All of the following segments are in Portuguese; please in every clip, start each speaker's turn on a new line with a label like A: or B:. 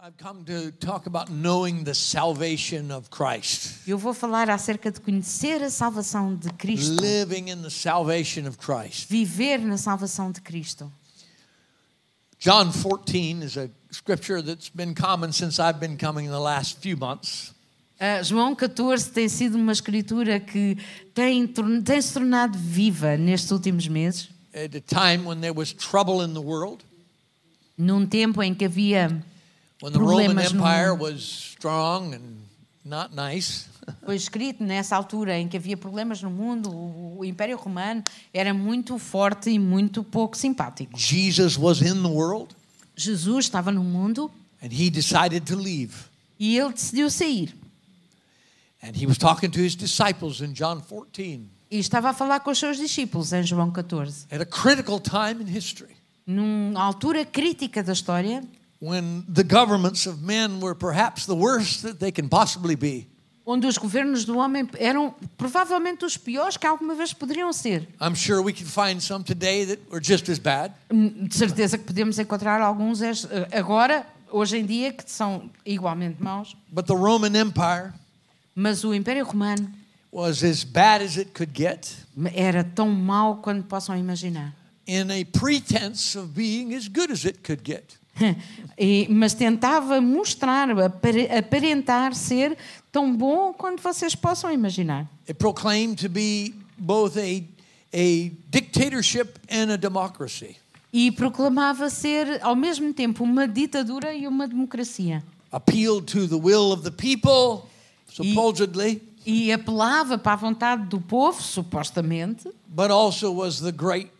A: I've come to talk about knowing the salvation of Christ,
B: Eu vou falar acerca de conhecer a salvação de Cristo,
A: living in the salvation of Christ.
B: viver na salvação de Cristo.
A: John 14 is a scripture that's been common since I've been coming the last few months.
B: Ah, João 14 tem sido uma escritura que tem, torn- tem se tornado viva nestes últimos meses,
A: At a time when there was trouble in the world,
B: num tempo em que havia,
A: when the Roman
B: Problemas no
A: Empire
B: mundo.
A: was strong and not nice,
B: foi escrito nessa altura, em que havia problemas no mundo, o, o Império Romano era muito forte e muito pouco simpático.
A: Jesus was in the world
B: Jesus estava no mundo
A: and he decided to leave.
B: e ele decidiu sair.
A: And he was talking to his disciples in John 14
B: E estava a falar com os seus discípulos em João 14,
A: at a critical time in history.
B: numa altura crítica da história,
A: when the governments of men were perhaps the worst that they can possibly be.
B: onde os governos do homem eram provavelmente os piores que alguma vez poderiam ser.
A: I'm sure we can find some today that were just as bad.
B: Hum, De certeza que podemos encontrar alguns es- eh, agora, hoje em dia, que são igualmente maus.
A: But the Roman Empire
B: Mas o Império Romano
A: was as bad as it could get
B: era tão mau quanto possam imaginar.
A: in a pretense of being as good as it could get.
B: E- mas tentava mostrar, apare- aparentar ser tão bom quanto vocês possam imaginar.
A: It proclaimed to be both a, a dictatorship and a democracy,
B: E proclamava ser, ao mesmo tempo, uma ditadura e uma democracia.
A: appealed to the will of the people, supposedly,
B: E apelava para a vontade do povo, supostamente,
A: but also was the great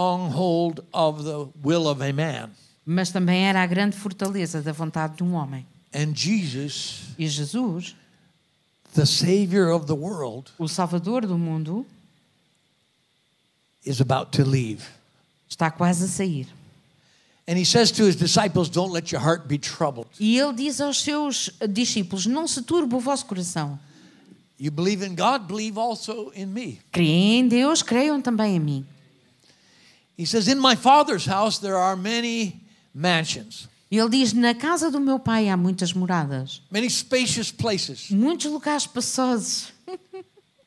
A: stronghold of the will of a man.
B: mas também era a grande fortaleza da vontade de um homem.
A: And Jesus
B: E Jesus,
A: the Savior of the world
B: o Salvador do mundo,
A: is about to leave.
B: está quase a sair.
A: And he says to his disciples, Don't let your heart be troubled.
B: E ele diz aos seus discípulos: Não se turbe o vosso coração.
A: You believe in God, believe also in me.
B: Creem em Deus, creiam também em mim.
A: He says, In my Father's house there are many mansions,
B: E Ele diz: Na casa do meu pai há muitas moradas,
A: many spacious places.
B: muitos lugares espaçosos.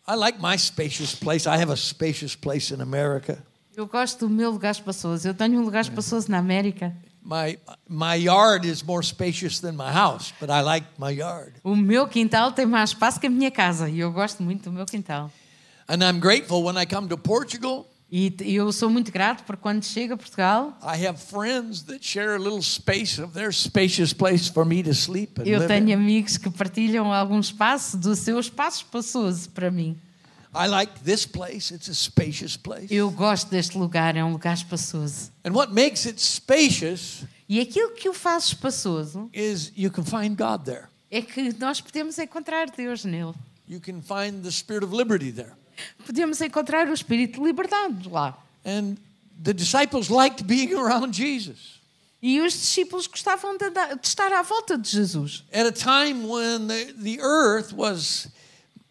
A: I like my spacious place. I have a spacious place in America.
B: Eu gosto do meu lugar espaçoso. Eu tenho um lugar espaçoso na América.
A: My, my yard is more spacious than my house, but I like my yard.
B: O meu quintal tem mais espaço que a minha casa e eu gosto muito do meu quintal.
A: And I'm grateful when I come to Portugal,
B: E t- eu sou muito grato por quando chego a Portugal.
A: I have friends that share a little space of their spacious place for me to sleep and
B: Eu
A: live in.
B: tenho amigos que partilham algum espaço do seu espaço espaçoso para mim.
A: I like this place. It's a spacious place.
B: Eu gosto deste lugar, é um lugar espaçoso.
A: And what makes it spacious
B: E aquilo que o faz espaçoso
A: is you can find God there.
B: é que nós podemos encontrar Deus nele.
A: You can find the spirit of liberty there.
B: Podemos encontrar o espírito de liberdade lá.
A: And the disciples liked being around Jesus
B: E os discípulos gostavam de, andar- de estar à volta de Jesus.
A: at a time when the, the earth was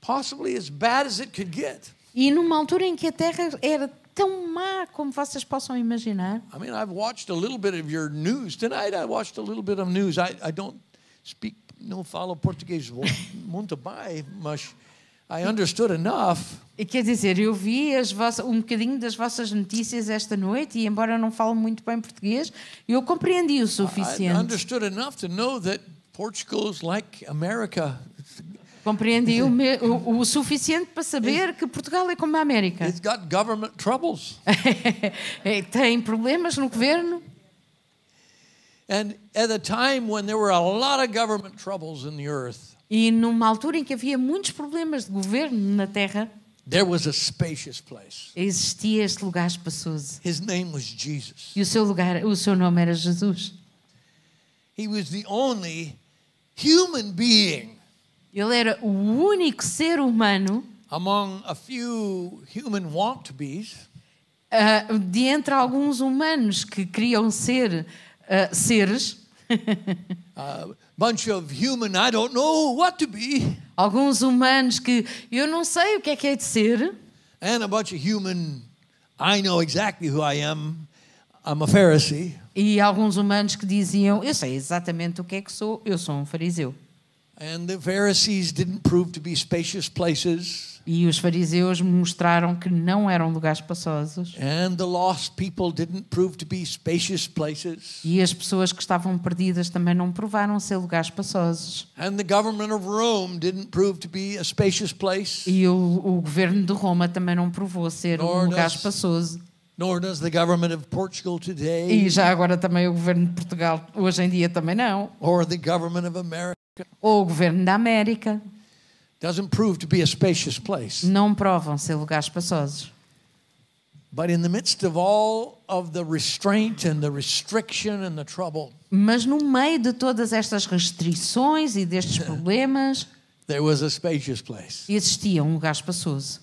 A: possibly as bad as it could get.
B: E numa altura em que a terra era tão má como vocês possam imaginar,
A: I mean, I've watched a little bit of your news tonight. I watched a little bit of news. I, I don't speak, no follow Portuguese muito bem, mas I understood enough.
B: E Quer dizer, eu vi as vossas- um bocadinho das vossas notícias esta noite e, embora eu não falo muito bem português, eu compreendi o
A: I
B: suficiente.
A: understood enough to know that Portugal is like America.
B: Compreendi o, me- o- o suficiente para saber que Portugal é como a América.
A: It's got government troubles.
B: É, Tem problemas no governo
A: And at a time when there were a lot of government troubles in the earth,
B: e, numa altura em que havia muitos problemas de governo na Terra,
A: there was a spacious place.
B: existia este lugar espaçoso.
A: His name was Jesus.
B: E o seu, lugar, o seu nome era Jesus.
A: He was the only human being
B: Ele era o único ser humano
A: among a few human wannabes
B: Ah, de entre alguns humanos que queriam ser ah, seres,
A: a bunch of human I don't know what to be,
B: alguns humanos que eu não sei o que é que é de ser,
A: and a bunch of human I know exactly who I am. I'm a Pharisee.
B: E alguns humanos que diziam: Eu sei exatamente o que é que sou, eu sou um fariseu.
A: And the Pharisees didn't prove to be spacious places.
B: E os fariseus mostraram que não eram lugares espaçosos.
A: And the lost people didn't prove to be spacious places.
B: E as pessoas que estavam perdidas também não provaram ser lugares espaçosos.
A: And the government of Rome didn't prove to be a spacious place.
B: E o, o governo de Roma também não provou ser um
A: Nor
B: lugar
A: does-
B: espaçoso.
A: Nor does the government of Portugal today
B: E já agora também o governo de Portugal, hoje em dia também não.
A: or the government of America
B: Ou o governo da América,
A: doesn't prove to be a spacious place.
B: não provam ser lugares espaçosos.
A: But in the midst of all of the restraint and the restriction and the trouble,
B: Mas no meio de todas estas restrições e destes problemas,
A: there was a spacious place.
B: existia um lugar espaçoso.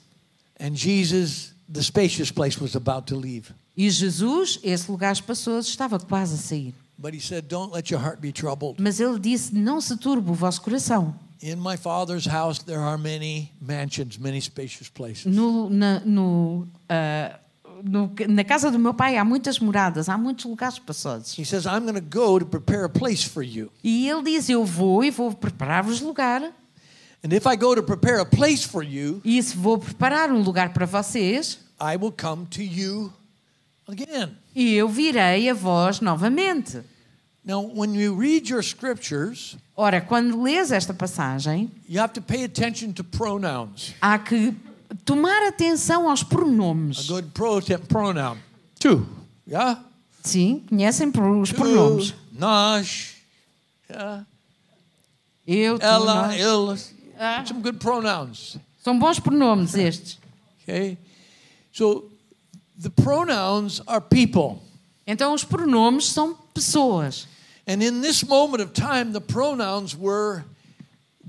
A: And Jesus, the spacious place, was about to leave.
B: E Jesus, esse lugar espaçoso, estava quase a sair.
A: But he said, Don't let your heart be troubled.
B: Mas ele disse: Não se turbe o vosso coração.
A: In my Father's house, there are many mansions, many spacious places.
B: No- na, no, ah, no- na casa do meu pai há muitas moradas, há muitos lugares espaçosos.
A: He says, I'm going to go to prepare a place for you.
B: E ele diz: Eu vou e vou preparar-vos lugar.
A: And if I go to prepare a place for you,
B: E se vou preparar um lugar para vocês,
A: I will come to you again.
B: e eu virei a vós novamente.
A: Now, when you read your scriptures,
B: Ora, quando lês esta passagem,
A: you have to pay attention to pronouns.
B: há que tomar atenção aos
A: A
B: pronomes.
A: good pro- pronoun. Two. Yeah?
B: Sim, conhecem por- os
A: Tu,
B: pronomes.
A: Nós. Yeah.
B: Eu, tu,
A: Ela,
B: nós.
A: eles.
B: Ah.
A: Some good pronouns.
B: São bons pronomes estes.
A: Okay? So the pronouns are people.
B: Então, os pronomes são pessoas.
A: And in this moment of time, the pronouns were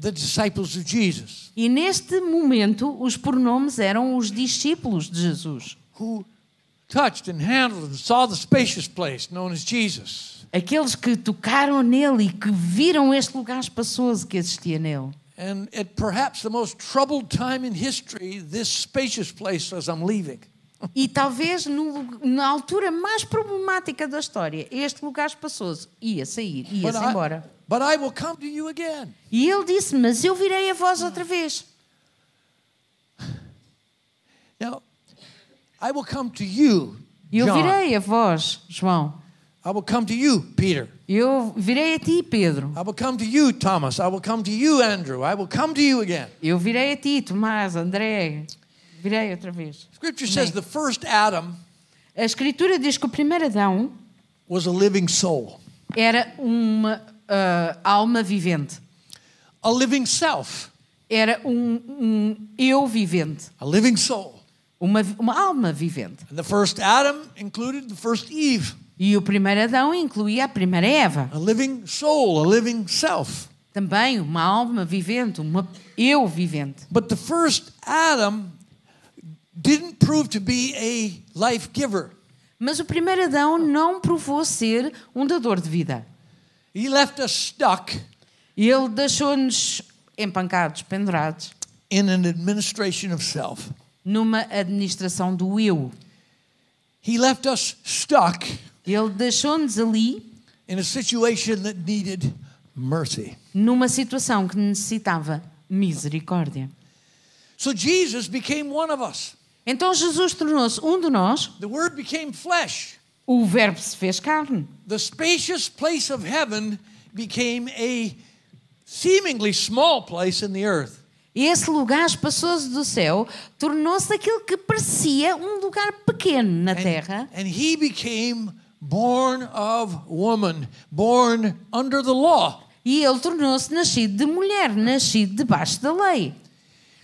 A: the disciples of Jesus
B: E neste momento, os pronomes eram os discípulos de Jesus.
A: who touched and handled and saw the spacious place known as Jesus.
B: Aqueles que tocaram nele e que viram este lugar espaçoso que existia nele.
A: And at perhaps the most troubled time in history, this spacious place says, I'm leaving.
B: E talvez no lu- na altura mais problemática da história, este lugar espaçoso ia sair, ia-se
A: I,
B: embora.
A: but I will come to you again.
B: E ele disse: Mas eu virei a vós outra vez.
A: Now, I will come to you,
B: Eu
A: John.
B: virei a vós, João.
A: I will come to you, Peter.
B: Eu virei a ti, Pedro.
A: I will come to you, Thomas. I will come to you, Andrew. I will come to you again.
B: Eu virei a ti, Tomás, André. Virei outra vez.
A: Scripture says the first Adam
B: A Escritura diz que o primeiro Adão
A: was a living soul,
B: era uma ah, alma vivente.
A: a living self,
B: Era um, um eu vivente.
A: a living soul.
B: Uma, vi- uma alma vivente.
A: And the first Adam included the first Eve,
B: E o primeiro Adão incluía a primeira Eva.
A: a living soul, a living self.
B: Também uma alma vivente, uma eu vivente.
A: But the first Adam didn't prove to be a life giver.
B: Mas o primeiro Adão não provou ser um dador de vida.
A: He left us stuck
B: Ele deixou-nos empancados, pendurados,
A: in an administration of self.
B: numa administração do eu.
A: He left us stuck
B: Ele deixou-nos ali
A: in a situation that needed mercy.
B: numa situação que necessitava misericórdia.
A: So Jesus became one of us.
B: Então Jesus tornou-se um de nós,
A: The Word became flesh.
B: o Verbo se fez carne.
A: The spacious place of heaven became a seemingly small place in the earth.
B: E Esse lugar espaçoso do céu tornou-se aquilo que parecia um lugar pequeno na terra.
A: And he became born of woman, born under the law,
B: E ele tornou-se nascido de mulher, nascido debaixo da lei.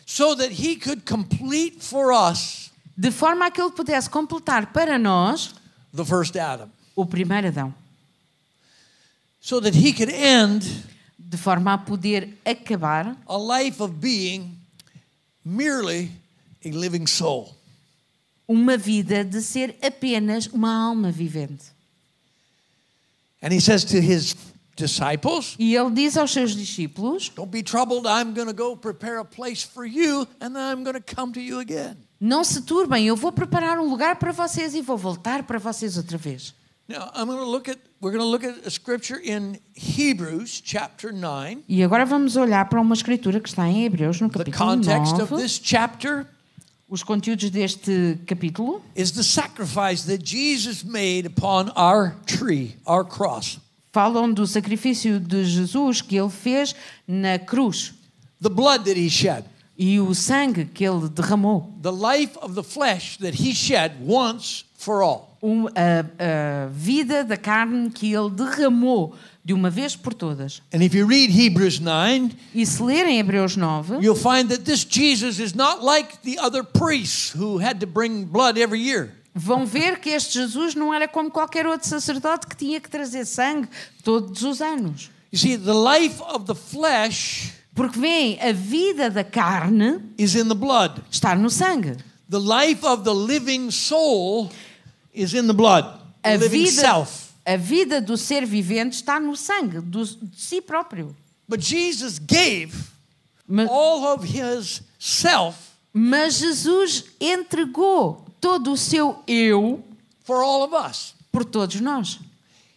A: so that he could complete for us
B: De forma a que ele pudesse completar para nós
A: the first Adam,
B: o primeiro Adão.
A: so that he could end
B: De forma a poder acabar
A: a life of being merely a living soul.
B: uma vida de ser apenas uma alma vivente.
A: And he says to his disciples,
B: E ele diz aos seus discípulos:
A: Don't be troubled. I'm going to go prepare a place for you, and then I'm going to come to you again.
B: Não se turbem, eu vou preparar um lugar para vocês e vou voltar para vocês outra vez.
A: Now I'm going to look at we're going to look at a scripture in Hebrews chapter 9.
B: E agora vamos olhar para uma escritura que está em Hebreus, no
A: The
B: capítulo
A: context of
B: 9.
A: this chapter
B: Os conteúdos deste capítulo
A: is the sacrifice that Jesus made upon our tree, our cross.
B: falam do sacrifício de Jesus que ele fez na cruz
A: The blood that he shed,
B: e o sangue que ele derramou.
A: the life of the flesh that he shed once for all.
B: Um, a, a vida da carne que ele derramou de uma vez por todas.
A: And if you read Hebrews 9,
B: E se lerem Hebreus 9,
A: you'll find that this Jesus is not like the other priests who had to bring blood every year.
B: vão ver que este Jesus não era como qualquer outro sacerdote que tinha que trazer sangue todos os anos.
A: You see, the life of the flesh
B: Porque vem, a vida da carne
A: is in the blood.
B: está no sangue.
A: The life of the living soul is in the blood. The
B: A
A: living
B: vida,
A: self.
B: a vida do ser vivente está no sangue, do, de si próprio.
A: But Jesus gave
B: Mas,
A: all of his self
B: mas Jesus entregou todo o seu eu
A: for all of us.
B: por todos nós.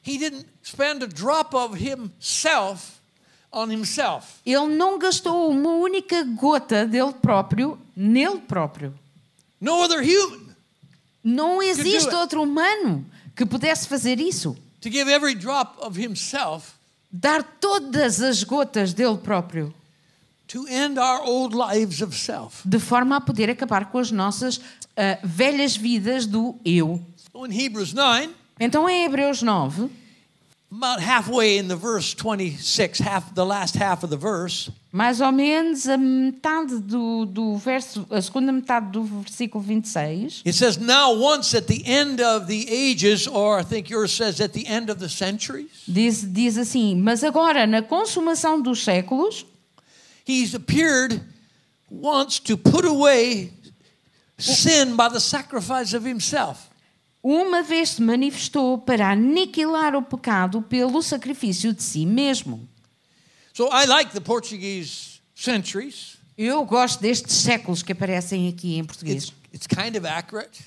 A: He didn't spend a drop of himself on himself.
B: Ele não gastou uma única gota dele próprio, nele próprio.
A: No other human
B: Não existe
A: it.
B: outro humano que pudesse fazer isso.
A: to give every drop of himself
B: Dar todas as gotas dele próprio,
A: to end our old lives of self.
B: de forma a poder acabar com as nossas ah, velhas vidas do eu.
A: So in Hebrews 9,
B: Então em Hebreus 9,
A: about halfway in the verse 26, half the last half of the verse,
B: mais ou menos a metade do, do verso, a segunda metade do versículo 26,
A: It says, now once at the end of the ages, or I think yours says at the end of the centuries,
B: diz, diz assim: Mas agora, na consumação dos séculos,
A: he's appeared once to put away sin by the sacrifice of himself.
B: uma vez se manifestou para aniquilar o pecado pelo sacrifício de si mesmo.
A: So I like the Portuguese centuries.
B: Eu gosto destes séculos que aparecem aqui em
A: It's,
B: português.
A: it's kind of accurate,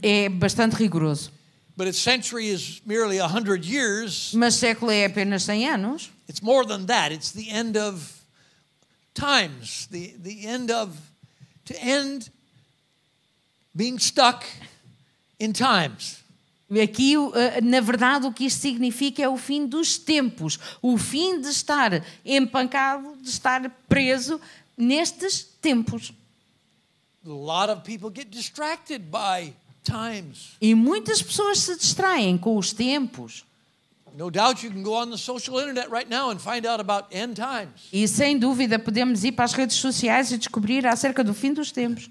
B: É bastante rigoroso.
A: but a century is merely 100 years.
B: Mas século é apenas 100 anos.
A: It's more than that. It's the end of times, the, the end of, to end being stuck in times.
B: Aqui, uh, na verdade, o que isto significa é o fim dos tempos. O fim de estar empancado, de estar preso nestes tempos.
A: A lot of people get distracted by times.
B: E muitas pessoas se distraem com os tempos.
A: No doubt you can go on the social internet right now and find out about end times.
B: E sem dúvida podemos ir para as redes sociais e descobrir acerca do fim dos tempos.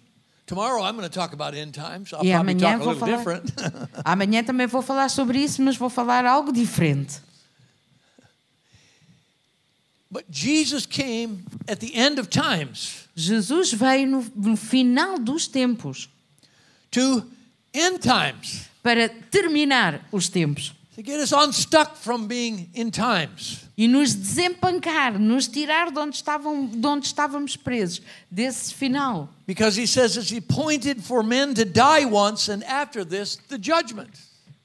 A: Tomorrow I'm going to talk about end times. I'll
B: E
A: probably
B: amanhã
A: talk a
B: vou
A: little
B: falar.
A: different.
B: Amanhã também vou falar sobre isso, mas vou falar algo diferente.
A: but Jesus came at the end of times
B: Jesus veio no, no final dos tempos
A: to end times
B: para terminar os tempos
A: to get us unstuck from being in times.
B: e nos desempancar, nos tirar de onde, estavam, de onde estávamos presos, desse final.
A: Because he says it's appointed for men to die once, and after this, the judgment.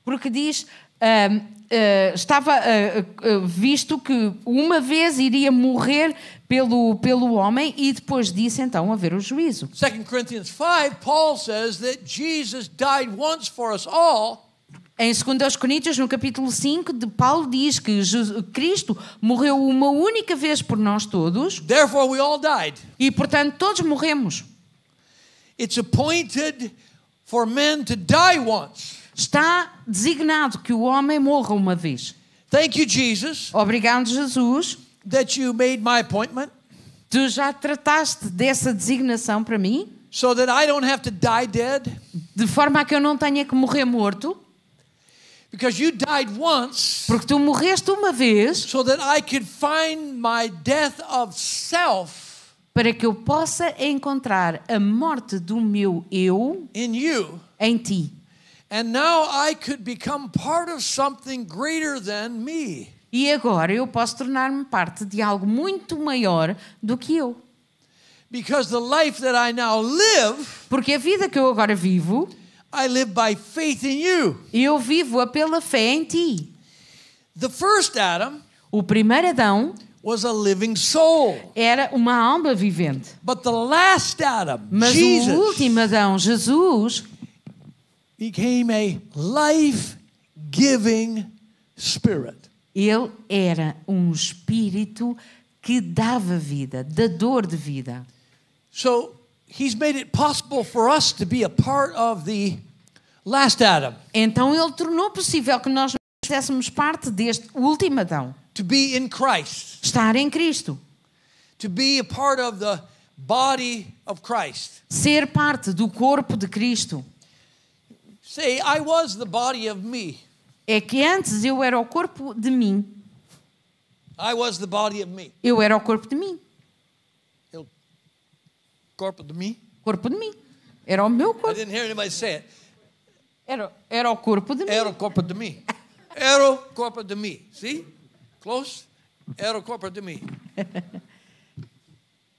B: Porque diz. ahm, ah, estava ah, ah, ah, visto que uma vez iria morrer pelo, pelo homem e depois disso então haver o juízo.
A: 2 Corinthians 5, Paul says that Jesus died once for us all,
B: Em 2 Coríntios, no capítulo 5, de Paulo diz que Jesus- Cristo morreu uma única vez por nós todos
A: therefore we all died.
B: e, portanto, todos morremos.
A: It's appointed for men to die once.
B: Está designado que o homem morra uma vez.
A: Thank you, Jesus,
B: Obrigado, Jesus.
A: that you made my appointment
B: Tu já trataste dessa designação para mim,
A: so that I don't have to die dead.
B: de forma a que eu não tenha que morrer morto,
A: Because you died once
B: porque tu morreste uma vez
A: so that I could find my death of self
B: para que eu possa encontrar a morte do meu eu
A: in you.
B: em ti.
A: And now I could become part of something greater than me.
B: E agora eu posso tornar-me parte de algo muito maior do que eu.
A: Because the life that I now live,
B: Porque a vida que eu agora vivo,
A: I live by faith in you.
B: Eu vivo pela fé em ti.
A: The first Adam
B: O primeiro Adão
A: was a living soul,
B: era uma alma vivente.
A: but the last Adam,
B: Mas o último
A: Jesus,
B: Adão, Jesus,
A: became a life-giving spirit.
B: ele era um espírito que dava vida, dador de vida.
A: So he's made it possible for us to be a part of the last Adam,
B: Então ele tornou possível que nós fizéssemos parte deste último Adão.
A: to be in Christ,
B: Estar em Cristo.
A: to be a part of the body of Christ.
B: Ser parte do corpo de Cristo.
A: Say, I was the body of me.
B: É que antes eu era o corpo de mim.
A: I was the body of me.
B: Eu era o corpo de mim.
A: El corpo de mim.
B: Corpo de mim. Era o meu
A: I
B: corpo.
A: didn't hear anybody say it.
B: Era, era o corpo de mim.
A: Era o corpo de mim. Era o corpo de mim. See? Close? Era o corpo de mim.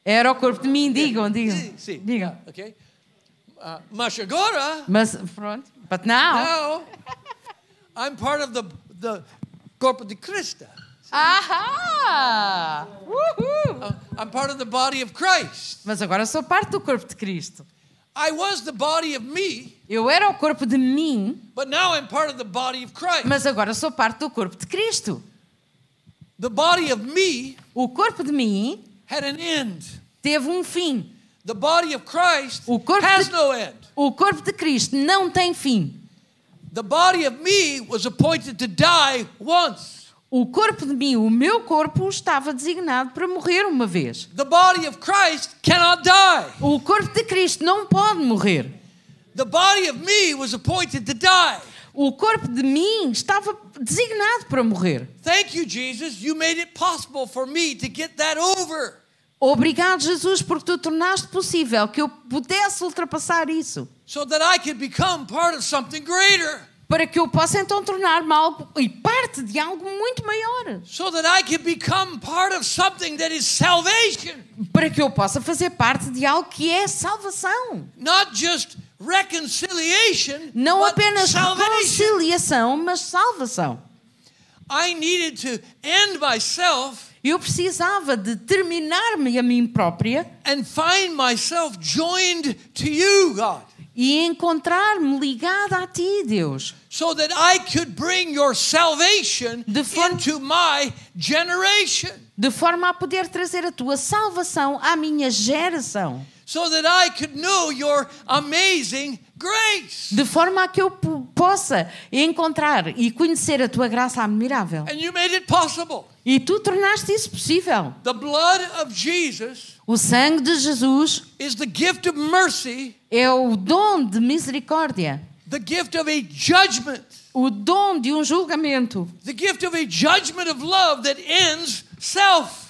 B: Era o corpo de mim. Digam, digam.
A: Sim, sim.
B: Digam.
A: Ok? Ah, mas agora,
B: Mas pronto. But now.
A: now, I'm part of the, the corpo de Cristo.
B: Ahá! Uhul!
A: Ah, I'm part of the body of Christ.
B: Mas agora sou parte do corpo de Cristo.
A: I was the body of me,
B: Eu era o corpo de mim,
A: but now I'm part of the body of Christ.
B: mas agora sou parte do corpo de Cristo.
A: The body of me
B: O corpo de mim
A: had an end.
B: teve um fim.
A: The body of Christ
B: O corpo
A: has
B: de-
A: no end.
B: O corpo de Cristo não tem fim.
A: The body of me was appointed to die once.
B: O corpo de mim, o meu corpo, estava designado para morrer uma vez.
A: The body of Christ cannot die.
B: O corpo de Cristo não pode morrer.
A: The body of me was appointed to die.
B: O corpo de mim estava designado para morrer.
A: Thank you, Jesus. You made it possible for me to get that over.
B: Obrigado, Jesus, porque tu tornaste possível que eu pudesse ultrapassar isso.
A: so that I could become part of something greater,
B: Para que eu possa então tornar-me algo e parte de algo muito maior.
A: so that I could become part of something that is salvation,
B: Para que eu possa fazer parte de algo que é salvação.
A: not just reconciliation,
B: Não
A: but
B: apenas
A: salvation.
B: reconciliação, mas salvação.
A: I needed to end myself
B: Eu precisava de terminar-me a mim própria
A: and find myself joined to you, God,
B: e encontrar-me ligada a ti, Deus,
A: so that I could bring your salvation
B: De forma-
A: into my generation,
B: de forma a poder trazer a tua salvação à minha geração,
A: so that I could know your amazing grace.
B: de forma a que eu po- possa encontrar e conhecer a tua graça admirável.
A: And you made it possible.
B: E tu tornaste isso possível.
A: The blood of Jesus
B: O sangue de Jesus
A: is the gift of mercy,
B: é o dom de misericórdia,
A: the gift of a judgment,
B: o dom de um julgamento,
A: the gift of a judgment of love that ends self.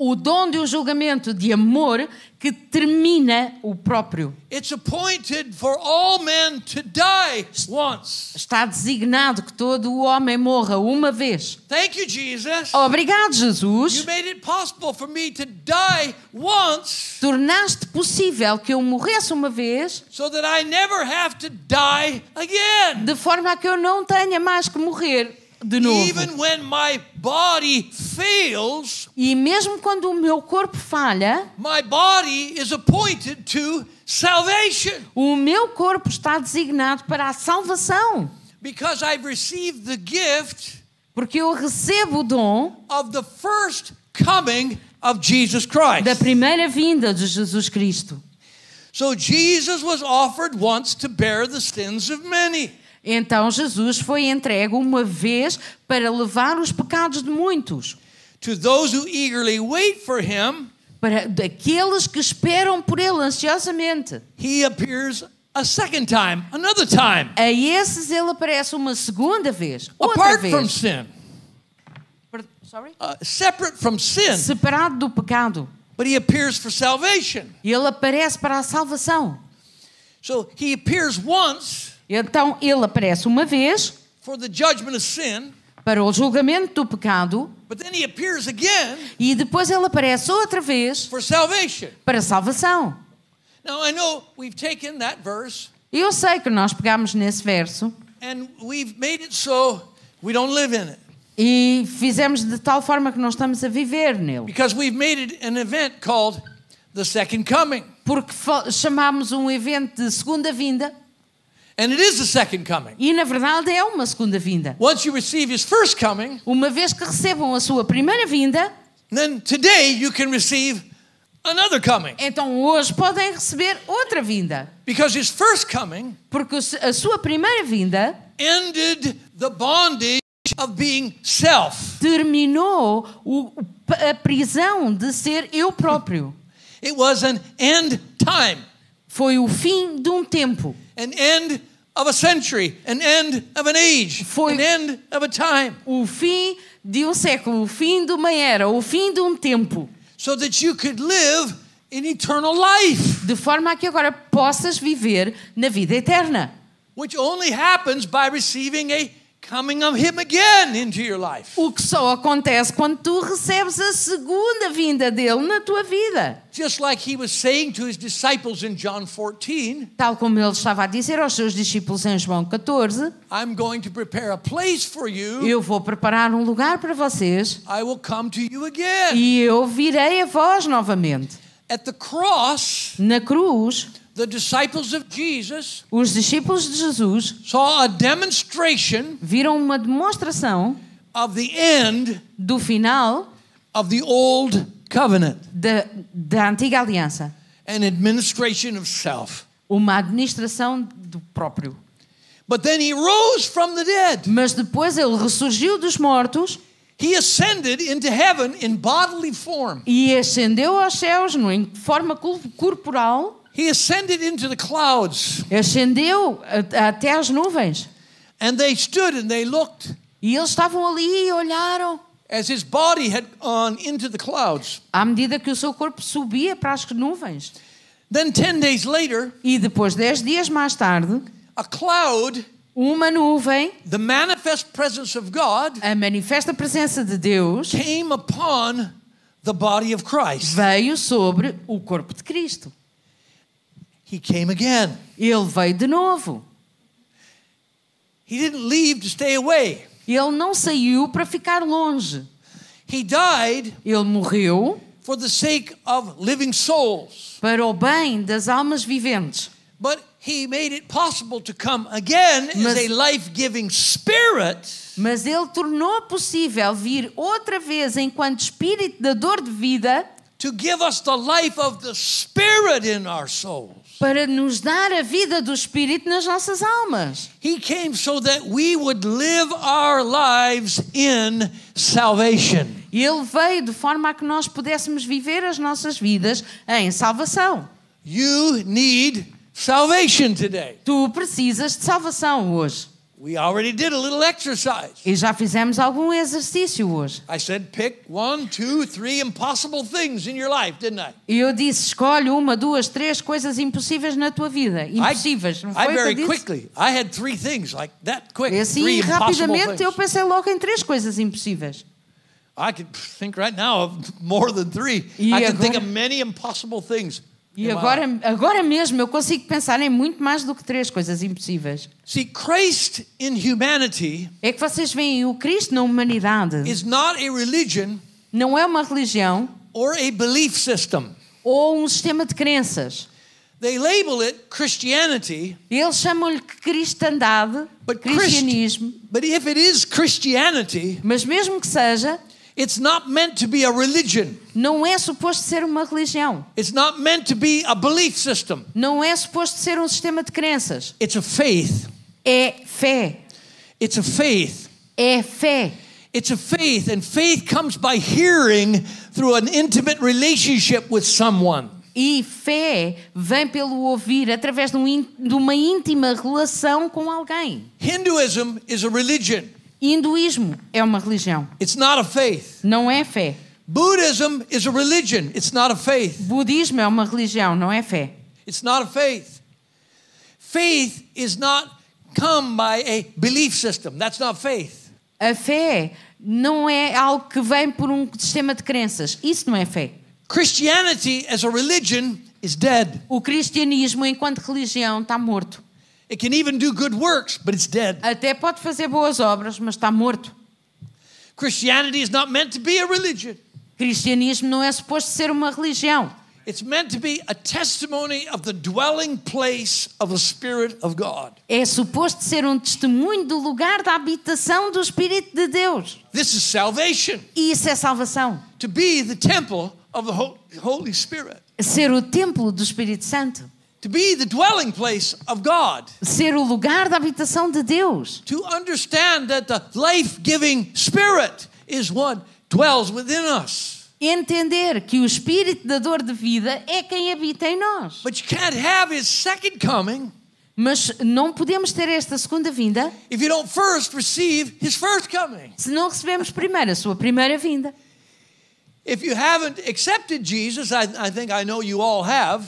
B: o dom de um julgamento de amor que termina o próprio.
A: It's appointed for all men to die once.
B: Está designado que todo o homem morra uma vez.
A: Thank you, Jesus.
B: Oh. Obrigado,
A: You
B: Jesus.
A: made it possible for me to die once
B: Tornaste possível que eu morresse uma vez,
A: so that I never have to die again.
B: de forma a que eu não tenha mais que morrer de novo.
A: Even when my body fails,
B: E mesmo quando o meu corpo falha,
A: my body is appointed to salvation.
B: o meu corpo está designado para a salvação,
A: Because I've received the gift
B: porque eu recebo o dom
A: of the first coming of Jesus
B: da
A: Christ.
B: primeira vinda de Jesus Cristo.
A: So Jesus was offered once to bear the sins of many.
B: Então Jesus foi entregue uma vez para levar os pecados de muitos.
A: To those who eagerly wait for him,
B: para daqueles que esperam por ele ansiosamente.
A: he appears a second time, another time,
B: A esses ele aparece uma segunda vez, outra
A: apart from
B: vez,
A: sin,
B: Per- sorry?
A: uh, separate from sin,
B: separado do pecado.
A: but he appears for salvation.
B: Ele aparece para a salvação.
A: So he appears once
B: Então ele aparece uma vez
A: for the judgment of sin,
B: para o julgamento do pecado
A: but then he appears again
B: e depois ele aparece outra vez
A: for salvation.
B: para a salvação.
A: Now I know we've taken that verse
B: Eu sei que nós pegámos nesse verso
A: And we've made it so we don't live in it
B: e fizemos de tal forma que nós estamos a viver nele.
A: because we've made it an event called the second coming.
B: Porque fa- chamámos um evento de segunda vinda
A: And it is the second coming.
B: e, na verdade, é uma segunda vinda.
A: Once you receive his first coming,
B: Uma vez que recebam a sua primeira vinda,
A: then today you can receive another coming
B: então hoje podem receber outra vinda.
A: because his first coming
B: Porque o se- a sua primeira vinda
A: ended the bondage of being self.
B: terminou o- o- a prisão de ser eu próprio.
A: It was an end time,
B: Foi o fim de um tempo.
A: an end of a century, an end of an age,
B: Foi-
A: an end of a time,
B: O fim de um século, o fim de uma era, o fim de um tempo.
A: so that you could live in eternal life,
B: De forma a que agora possas viver na vida eterna.
A: which only happens by receiving a coming of Him again into your life.
B: O que só acontece quando tu recebes a segunda vinda dele na tua vida.
A: Just like He was saying to His disciples in John 14,
B: Tal como ele estava a dizer aos seus discípulos em João 14:
A: I'm going to prepare a place for you,
B: Eu vou preparar um lugar para vocês
A: I will come to you again.
B: e eu virei a vós novamente.
A: At the cross,
B: Na cruz,
A: the disciples of Jesus
B: Os discípulos de Jesus
A: saw a demonstration
B: viram uma demonstração
A: of the end
B: do final
A: of the old covenant,
B: da, da antiga aliança,
A: an administration of self.
B: uma administração do próprio.
A: But then he rose from the dead.
B: Mas depois ele ressurgiu dos mortos
A: He ascended into heaven in bodily form.
B: e ascendeu aos céus no- em forma cor- corporal,
A: He ascended into the clouds,
B: ascendeu a- até às nuvens.
A: and they stood and they looked
B: E eles estavam ali e olharam.
A: as his body had gone into the clouds.
B: À medida que o seu corpo subia para as nuvens.
A: Then 10 days later,
B: E depois, dez dias mais tarde,
A: a cloud,
B: uma nuvem,
A: the manifest presence of God,
B: a manifesta presença de Deus,
A: came upon the body of Christ.
B: veio sobre o corpo de Cristo.
A: He came again.
B: Ele veio de novo.
A: He didn't leave to stay away.
B: Ele não saiu para ficar longe.
A: He died
B: Ele morreu
A: for the sake of living souls,
B: para o bem das almas viventes.
A: but he made it possible to come again as
B: Mas-
A: a life giving spirit
B: Mas ele tornou possível vir outra vez enquanto espírito da dor de vida
A: to give us the life of the spirit in our souls.
B: para nos dar a vida do espírito nas nossas almas.
A: He came so that we would live our lives in salvation.
B: Ele veio de forma a que nós pudéssemos viver as nossas vidas em salvação.
A: You need salvation today.
B: Tu precisas de salvação hoje.
A: We already did a little exercise.
B: E já fizemos algum exercício hoje.
A: I said, pick one, two, three impossible things in your life, didn't I?
B: E eu disse: escolhe uma, duas, três coisas impossíveis na tua vida. Impossíveis. não foi
A: I
B: o que eu
A: very
B: disse?
A: quickly. I had three things like that quick.
B: E
A: three
B: assim,
A: impossible
B: rapidamente, eu
A: things.
B: pensei logo em três coisas impossíveis.
A: I could think right now of more than three.
B: E
A: I can think
B: agora-
A: of many impossible things.
B: E
A: in my
B: agora,
A: life.
B: agora mesmo eu consigo pensar em muito mais do que três coisas impossíveis.
A: see, Christ in humanity
B: É que vocês veem, o Cristo na humanidade
A: is not a religion
B: não é uma religião
A: or a belief system.
B: ou um sistema de crenças.
A: They label it Christianity,
B: Eles chamam-lhe cristandade,
A: but Christ-
B: cristianismo.
A: but if it is Christianity,
B: Mas mesmo que seja,
A: it's not meant to be a religion.
B: não é suposto ser uma religião.
A: It's not meant to be a belief system.
B: Não é suposto ser um sistema de crenças.
A: It's a faith.
B: É fé.
A: It's a faith.
B: É fé.
A: It's a faith, and faith comes by hearing through an intimate relationship with someone.
B: E fé vem pelo ouvir através de, um in- de uma íntima relação com alguém.
A: Hinduism is a religion,
B: Hinduísmo é uma religião,
A: it's not a faith.
B: não é fé.
A: Buddhism is a religion, it's not a faith.
B: Budismo é uma religião, não é fé.
A: It's not a faith. Faith is not come by a belief system. That's not faith.
B: A fé não é algo que vem por um sistema de crenças. Isso não é fé.
A: Christianity as a religion is dead.
B: O cristianismo, enquanto religião, está morto.
A: It can even do good works, but it's dead.
B: Até pode fazer boas obras, mas está morto.
A: Christianity is not meant to be a religion.
B: Cristianismo não é suposto ser uma religião.
A: It's meant to be a testimony of the dwelling place of the Spirit of God.
B: É suposto ser um testemunho do lugar da habitação do Espírito de Deus.
A: This is salvation,
B: E isso é salvação.
A: to be the temple of the Hol- Holy Spirit,
B: Ser o templo do Espírito Santo.
A: to be the dwelling place of God,
B: Ser o lugar da habitação de Deus.
A: to understand that the life giving Spirit is what dwells within us.
B: Entender que o Espírito da dor de vida é quem habita em nós.
A: But you can't have His second coming
B: Mas não podemos ter esta segunda vinda
A: if you don't first receive His first coming.
B: se não recebemos primeiro a sua primeira vinda.
A: If you haven't accepted Jesus, I, I think I know you all have.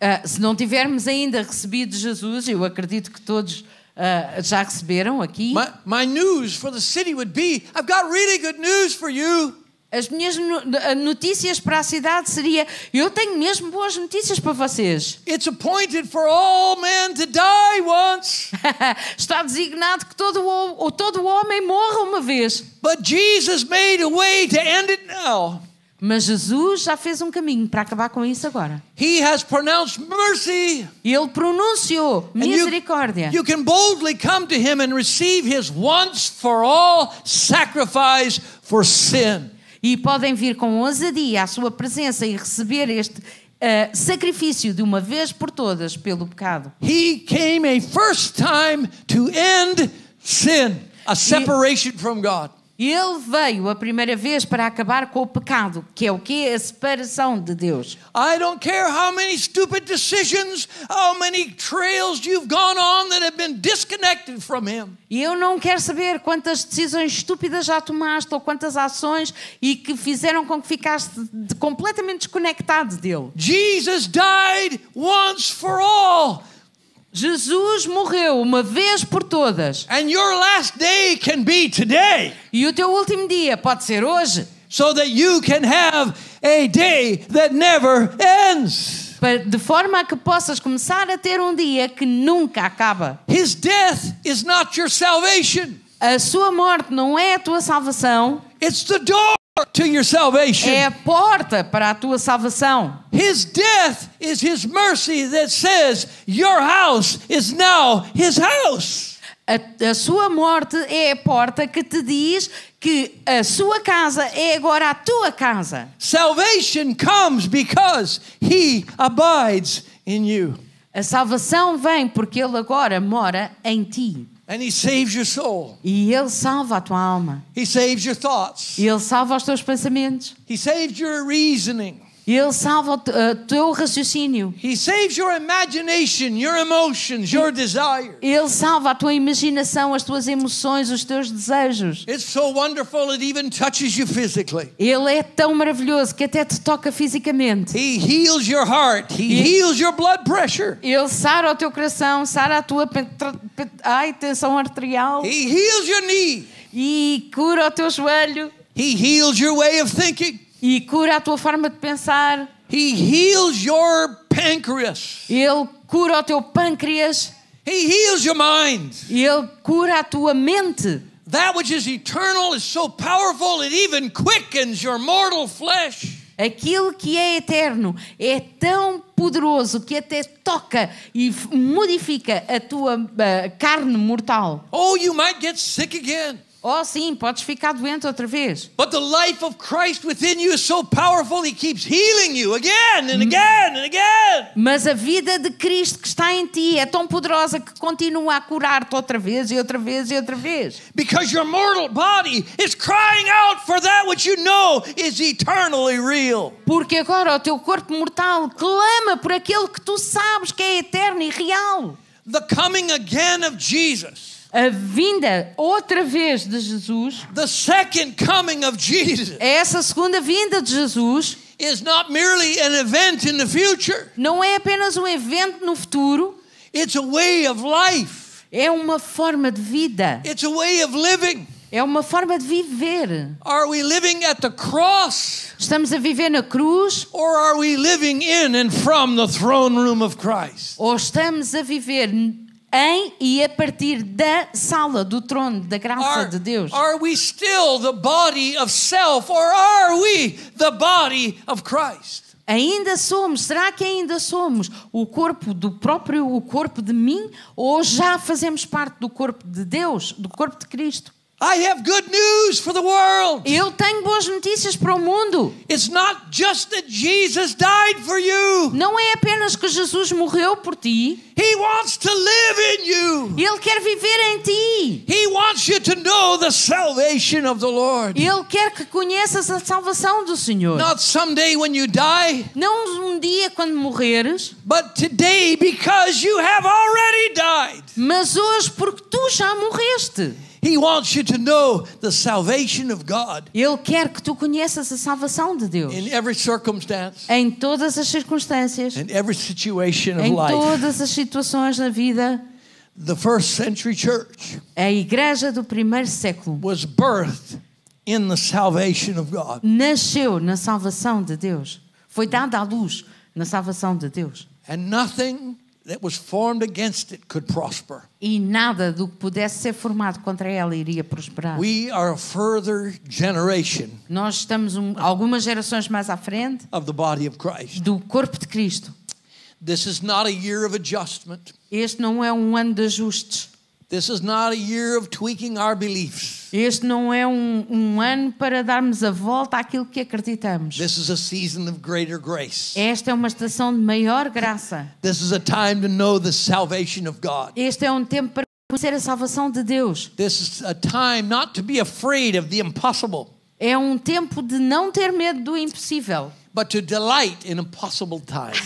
B: Ah, se não tivermos ainda recebido Jesus, eu acredito que todos ah, já receberam aqui.
A: My, my news for the city would be I've got really good news for you.
B: As minhas no- ah, notícias para a cidade seria: eu tenho mesmo boas notícias para vocês.
A: It's appointed for all men to die once,
B: Está designado que todo o, ou todo o homem morra uma vez.
A: but Jesus made a way to end it now.
B: Mas Jesus já fez um caminho para acabar com isso agora.
A: He has pronounced mercy.
B: Ele pronunciou
A: and you-
B: misericórdia.
A: you can boldly come to him and receive his once for all sacrifice for sin.
B: E podem vir com ousadia à sua presença e receber este ah, sacrifício de uma vez por todas pelo pecado.
A: He came a first time to end sin, a separation from God.
B: Ele veio a primeira vez para acabar com o pecado, que é o que a separação de Deus.
A: I don't care how many stupid decisions, how many trails you've gone on that have been disconnected from Him.
B: E eu não quero saber quantas decisões estúpidas já tomaste ou quantas ações e que fizeram com que ficaste de- completamente desconectado dele.
A: Jesus died once for all,
B: Jesus morreu uma vez por todas
A: and your last day can be today
B: e o teu último dia pode ser hoje,
A: so that you can have a day that never ends.
B: pa- de forma a que possas começar a ter um dia que nunca acaba.
A: His death is not your salvation,
B: A sua morte não é a tua salvação,
A: it's the door to your salvation.
B: é a porta para a tua salvação.
A: His death is His mercy that says, Your house is now His house.
B: A, a sua morte é a porta que te diz que a sua casa é agora a tua casa.
A: Salvation comes because he abides in you
B: A salvação vem porque Ele agora mora em ti.
A: and he saves your soul.
B: E Ele salva a tua alma.
A: He saves your thoughts.
B: Ele salva os teus pensamentos.
A: He saves your reasoning.
B: Ele salva o te- o teu raciocínio.
A: He saves your imagination, your emotions, your desires.
B: Ele salva a tua imaginação, as tuas emoções, os teus desejos.
A: It's so wonderful it even touches you physically.
B: Ele é tão maravilhoso que até te toca fisicamente.
A: He heals your heart. He heals your blood pressure.
B: Ele sara o teu coração, sara a tua pen- tra- pen- ai, tensão arterial.
A: He heals your knee.
B: e cura o teu joelho
A: He heals your way of thinking.
B: e cura a tua forma de pensar.
A: He heals your pancreas.
B: Ele cura o teu pâncreas
A: He heals your mind.
B: e ele cura a tua mente.
A: That which is eternal is so powerful it even quickens your mortal flesh.
B: Aquilo que é eterno é tão poderoso que até toca e f- modifica a tua ah, carne mortal.
A: Oh, you might get sick again.
B: Oh, sim, podes ficar doente outra vez.
A: But the life of Christ within you is so powerful, he keeps healing you again and again and again.
B: Mas a vida de Cristo que está em ti é tão poderosa que continua a curar-te outra vez e outra vez e outra vez.
A: Because your mortal body is crying out for that which you know is eternally real.
B: Porque agora o teu corpo mortal clama por aquele que tu sabes que é eterno e real.
A: The coming again of Jesus,
B: A vinda outra vez de Jesus,
A: the second coming of Jesus,
B: essa segunda vinda de Jesus,
A: is not merely an event in the future,
B: não é apenas um evento no futuro,
A: it's a way of life,
B: é uma forma de vida,
A: it's a way of living.
B: é uma forma de viver.
A: Are we living at the cross
B: Estamos a viver na cruz
A: or are we living in and from the throne room of Christ?
B: ou estamos a viver em e a partir da sala do trono da graça
A: Are,
B: de Deus.
A: are we still the body of self or are we the body of Christ?
B: Ainda somos, será que ainda somos o corpo do próprio, o corpo de mim, ou já fazemos parte do corpo de Deus, do corpo de Cristo?
A: I have good news for the world.
B: Eu tenho boas notícias para o mundo.
A: It's not just that Jesus died for you.
B: Não é apenas que Jesus morreu por ti,
A: He wants to live in you.
B: ele quer viver em ti.
A: He wants you to know the salvation of the Lord.
B: Ele quer que conheças a salvação do Senhor.
A: Not someday when you die,
B: Não um dia quando morreres,
A: but today because you have already died.
B: mas hoje porque tu já morreste.
A: He wants you to know the salvation of God
B: Ele quer que tu conheças a salvação de Deus
A: in every circumstance,
B: em todas as circunstâncias.
A: in every situation of
B: em
A: life.
B: todas as situações na vida,
A: The first century church
B: a igreja do primeiro século
A: was birthed in the salvation of God.
B: nasceu na salvação de Deus. Foi dada à luz na salvação de Deus.
A: And nothing that was formed against it could prosper.
B: E nada do que pudesse ser formado contra ela iria prosperar.
A: We are a further generation
B: Nós estamos um- algumas gerações mais à frente
A: of the body of Christ.
B: do corpo de Cristo.
A: This is not a year of adjustment.
B: Este não é um ano de ajustes.
A: This is not a year of tweaking our beliefs.
B: Este não é um, um ano para darmos a volta àquilo que acreditamos.
A: This is a season of greater grace.
B: Esta é uma estação de maior graça.
A: This is a time to know the salvation of God.
B: Este é um tempo para conhecer a salvação de Deus.
A: This is a time not to be afraid of the impossible,
B: É um tempo de não ter medo do impossível,
A: but to delight in impossible times.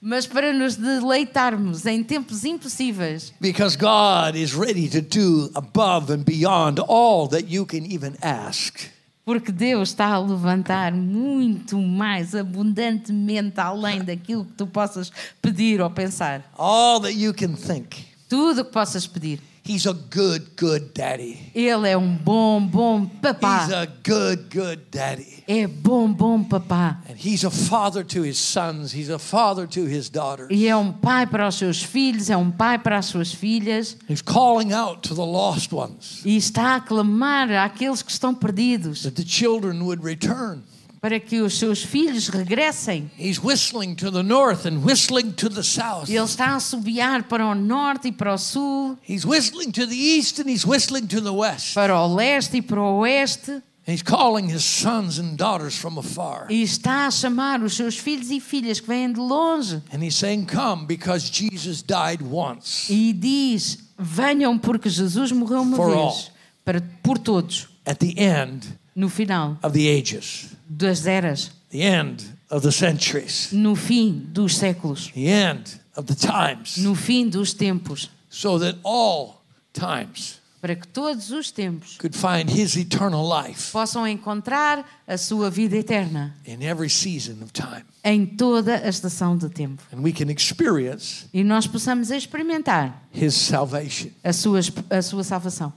B: mas para nos deleitarmos em tempos impossíveis,
A: because God is ready to do above and beyond all that you can even ask.
B: porque Deus está a levantar muito mais abundantemente além daquilo que tu possas pedir ou pensar.
A: All that you can think.
B: Tudo o que possas pedir.
A: He's a good, good daddy.
B: Ele é um bom, bom
A: He's
B: papá.
A: a good, good daddy.
B: É bom, bom papá.
A: And he's a father to his sons. He's a father to his daughters.
B: E é um pai para os seus filhos, é um pai para as suas filhas.
A: He's calling out to the lost ones
B: E está a clamar àqueles que estão perdidos
A: that the children would return.
B: para que os seus filhos regressem
A: He's whistling to the north and whistling to the south.
B: Ele está a assobiar para o norte e para o sul,
A: He's whistling to the east and he's whistling to the west.
B: para o leste e para o oeste,
A: He's calling his sons and daughters from afar.
B: e está a chamar os seus filhos e filhas que vêm de longe
A: And he's saying, Come, because Jesus died once.
B: e diz: Venham, porque Jesus morreu uma
A: For
B: vez
A: all.
B: para, por todos,
A: At the end
B: no final
A: of the ages,
B: das eras,
A: the end of the centuries,
B: no fim dos séculos,
A: the end of the times,
B: no fim dos tempos,
A: so that all times
B: para que todos os tempos
A: could find his eternal life
B: possam encontrar a sua vida eterna
A: in every season of time.
B: em toda a estação de tempo.
A: And we can experience
B: E nós possamos experimentar
A: his salvation,
B: a sua, a sua salvação.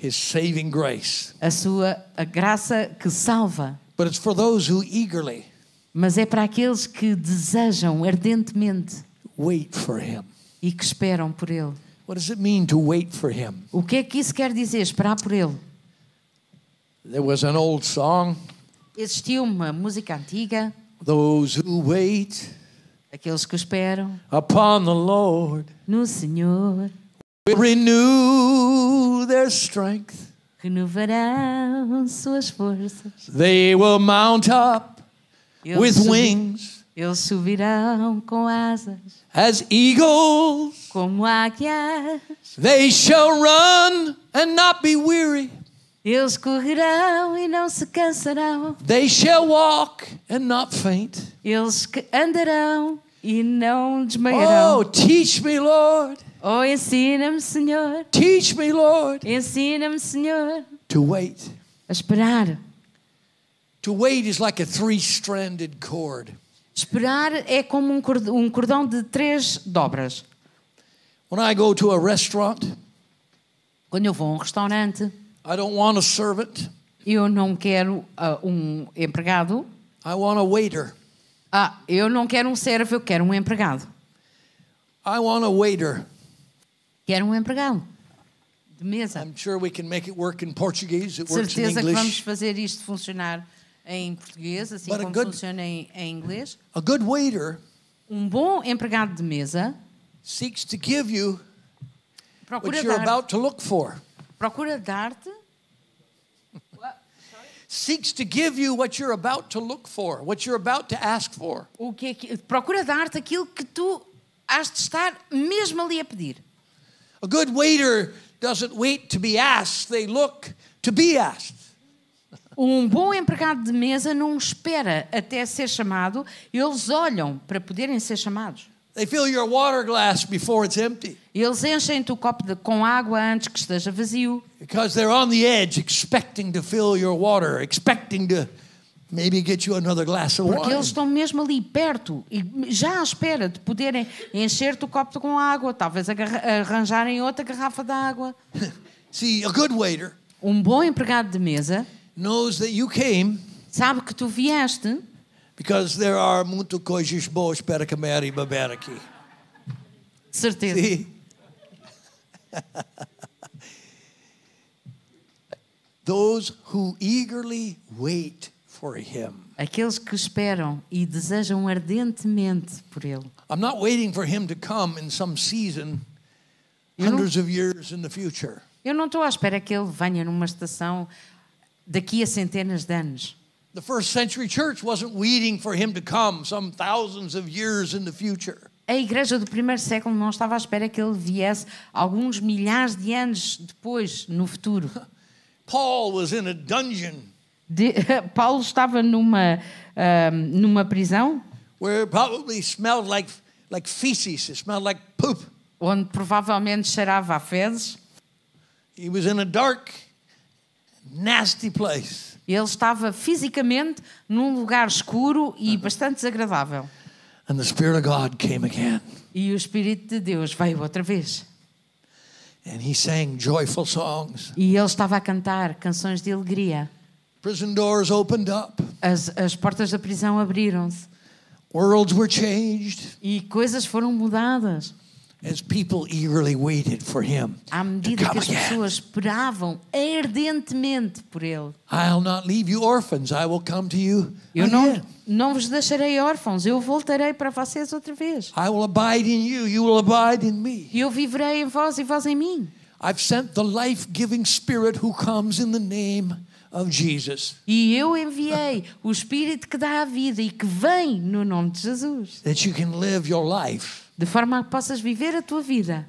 A: his saving grace.
B: a sua a graça que salva,
A: But it's for those who eagerly
B: mas é para aqueles que desejam ardentemente
A: wait for him.
B: e que esperam por ele.
A: What does it mean to wait for him?
B: O que é que isso quer dizer? Esperar por ele.
A: There was an old song,
B: Existiu uma música antiga,
A: Those Who Wait
B: aqueles que esperam
A: Upon the Lord
B: no Senhor
A: will renew their strength.
B: renovarão suas forças.
A: They will mount up with
B: subi-
A: wings
B: eles subirão com asas
A: as eagles.
B: como águias.
A: They shall run and not be weary.
B: Eles correrão e não se cansarão.
A: They shall walk and not faint.
B: Eles que andarão e não desmaiarão.
A: Oh, teach me, Lord.
B: Oh, ensina-me, Senhor,
A: Teach me, Lord,
B: ensina-me, Senhor,
A: to wait.
B: a esperar.
A: To wait is like a three stranded cord.
B: Esperar é como um cordão, um cordão de três dobras.
A: When I go to a restaurant,
B: Quando eu vou a um restaurante,
A: I don't want a servant,
B: eu não quero ah, um empregado.
A: I want a waiter.
B: Ah, eu não quero um servo, eu quero um empregado.
A: I want a waiter.
B: Quero um empregado de mesa.
A: I'm sure we can make it work in Portuguese. It works in
B: certeza que vamos
A: English.
B: fazer isto funcionar em português, assim
A: But a
B: como
A: good-
B: funciona em, em inglês.
A: A good waiter
B: Um bom empregado de mesa
A: seeks to give you
B: procura
A: what you're
B: dar,
A: about to look for.
B: procura dar-te
A: Seeks to give you what you're about to look for, what you're about to ask for.
B: o que é que, procura dar-te aquilo que tu has de estar mesmo ali a pedir.
A: A good waiter doesn't wait to be asked, they look to be asked.
B: Um bom empregado de mesa não espera até ser chamado, eles olham para poderem ser chamados.
A: They fill your water glass before it's empty
B: Eles enchem-te o copo de- com água antes que esteja vazio,
A: because they're on the edge expecting to fill your water, expecting to maybe get you another glass of
B: porque
A: wine.
B: eles estão mesmo ali perto e já à espera de poderem encher-te o copo com água, talvez agarra- arranjarem outra garrafa de água.
A: See, a good waiter
B: Um bom empregado de mesa
A: knows that you came
B: sabe que tu vieste
A: because there are muito coisas boas para comer e beber aqui.
B: de certeza.
A: See? Those who eagerly wait for him.
B: Aqueles que esperam e desejam ardentemente por ele.
A: I'm not waiting for him to come in some season,
B: You know-
A: hundreds of years in the future.
B: Eu não estou à espera que ele venha numa estação daqui a centenas de anos.
A: The first century church wasn't waiting for him to come some thousands of years in the future.
B: A igreja do primeiro século não estava à espera que ele viesse alguns milhares de anos depois, no futuro.
A: Paul was in a dungeon
B: De- Paulo estava numa, ahm, numa prisão
A: where it probably smelled like, like feces, it smelled like poop.
B: onde provavelmente cheirava a fezes.
A: He was in a dark, nasty place.
B: Ele estava fisicamente num lugar escuro e bastante desagradável.
A: And the Spirit of God came again.
B: E o Espírito de Deus veio outra vez.
A: And he sang joyful songs.
B: E ele estava a cantar canções de alegria.
A: Prison doors opened up,
B: As, as portas da prisão abriram-se
A: worlds were changed.
B: e coisas foram mudadas
A: as people eagerly waited for him
B: à
A: to
B: medida
A: come
B: que as
A: again.
B: pessoas esperavam ardentemente por ele.
A: I'll not leave you orphans. I will come to you
B: Eu não,
A: again.
B: não vos deixarei órfãos, eu voltarei para vocês outra vez.
A: I will abide in you. You will abide in me.
B: Eu viverei em vós e vós em mim.
A: I've sent the life-giving Spirit who comes in the name of Jesus,
B: E eu enviei o Espírito que dá a vida e que vem no nome de Jesus,
A: that you can live your life
B: de forma a que possas viver a tua vida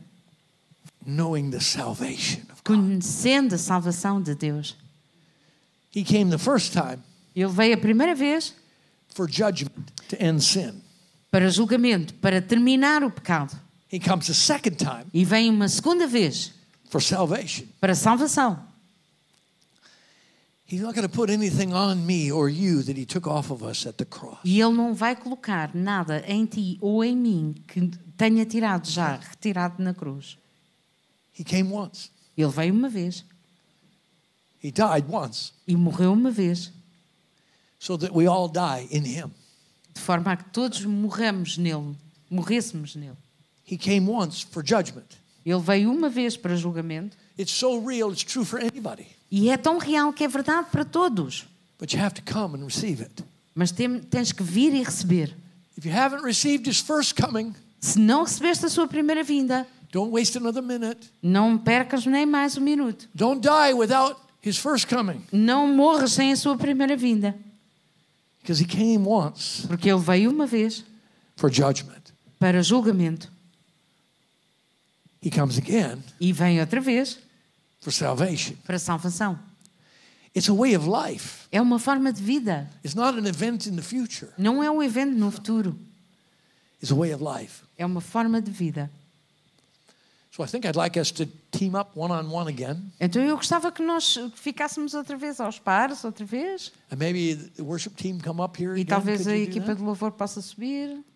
A: knowing the salvation of God.
B: conhecendo a salvação de Deus.
A: He came the first time
B: Ele veio a primeira vez
A: for judgment to end sin.
B: para julgamento, para terminar o pecado.
A: He comes the second time
B: E vem uma segunda vez
A: for salvation.
B: para salvação.
A: He's not going to put anything on me or you that he took off of us at the cross.
B: E Ele não vai colocar nada em ti ou em mim que tenha tirado já, retirado na cruz.
A: He came once.
B: Ele veio uma vez
A: He died once
B: e morreu uma vez,
A: so that we all die in him.
B: de forma a que todos morramos nele, morrêssemos nele.
A: He came once for judgment.
B: Ele veio uma vez para julgamento
A: It's so real, it's true for anybody.
B: e é tão real que é verdade para todos.
A: But you have to come and receive it.
B: Mas tem- tens que vir e receber.
A: If you haven't received his first coming,
B: Se não recebeste a sua primeira vinda,
A: don't waste another minute.
B: não percas nem mais um minuto.
A: Don't die without his first coming
B: Não morras sem a sua primeira vinda,
A: because he came once
B: porque ele veio uma vez
A: for judgment.
B: para julgamento
A: He comes again
B: e vem outra vez
A: for salvation.
B: para salvação.
A: It's a way of life.
B: É uma forma de vida,
A: It's not an event in the future.
B: não é um evento no futuro,
A: It's a way of life.
B: é uma forma de vida.
A: So I think I'd like us to team up one on one again.
B: Então eu gostava que nós ficássemos outra vez aos pares, outra vez,
A: And maybe the worship team come up here.
B: e
A: again.
B: talvez
A: Could
B: a
A: you do that?
B: equipa de louvor possa subir.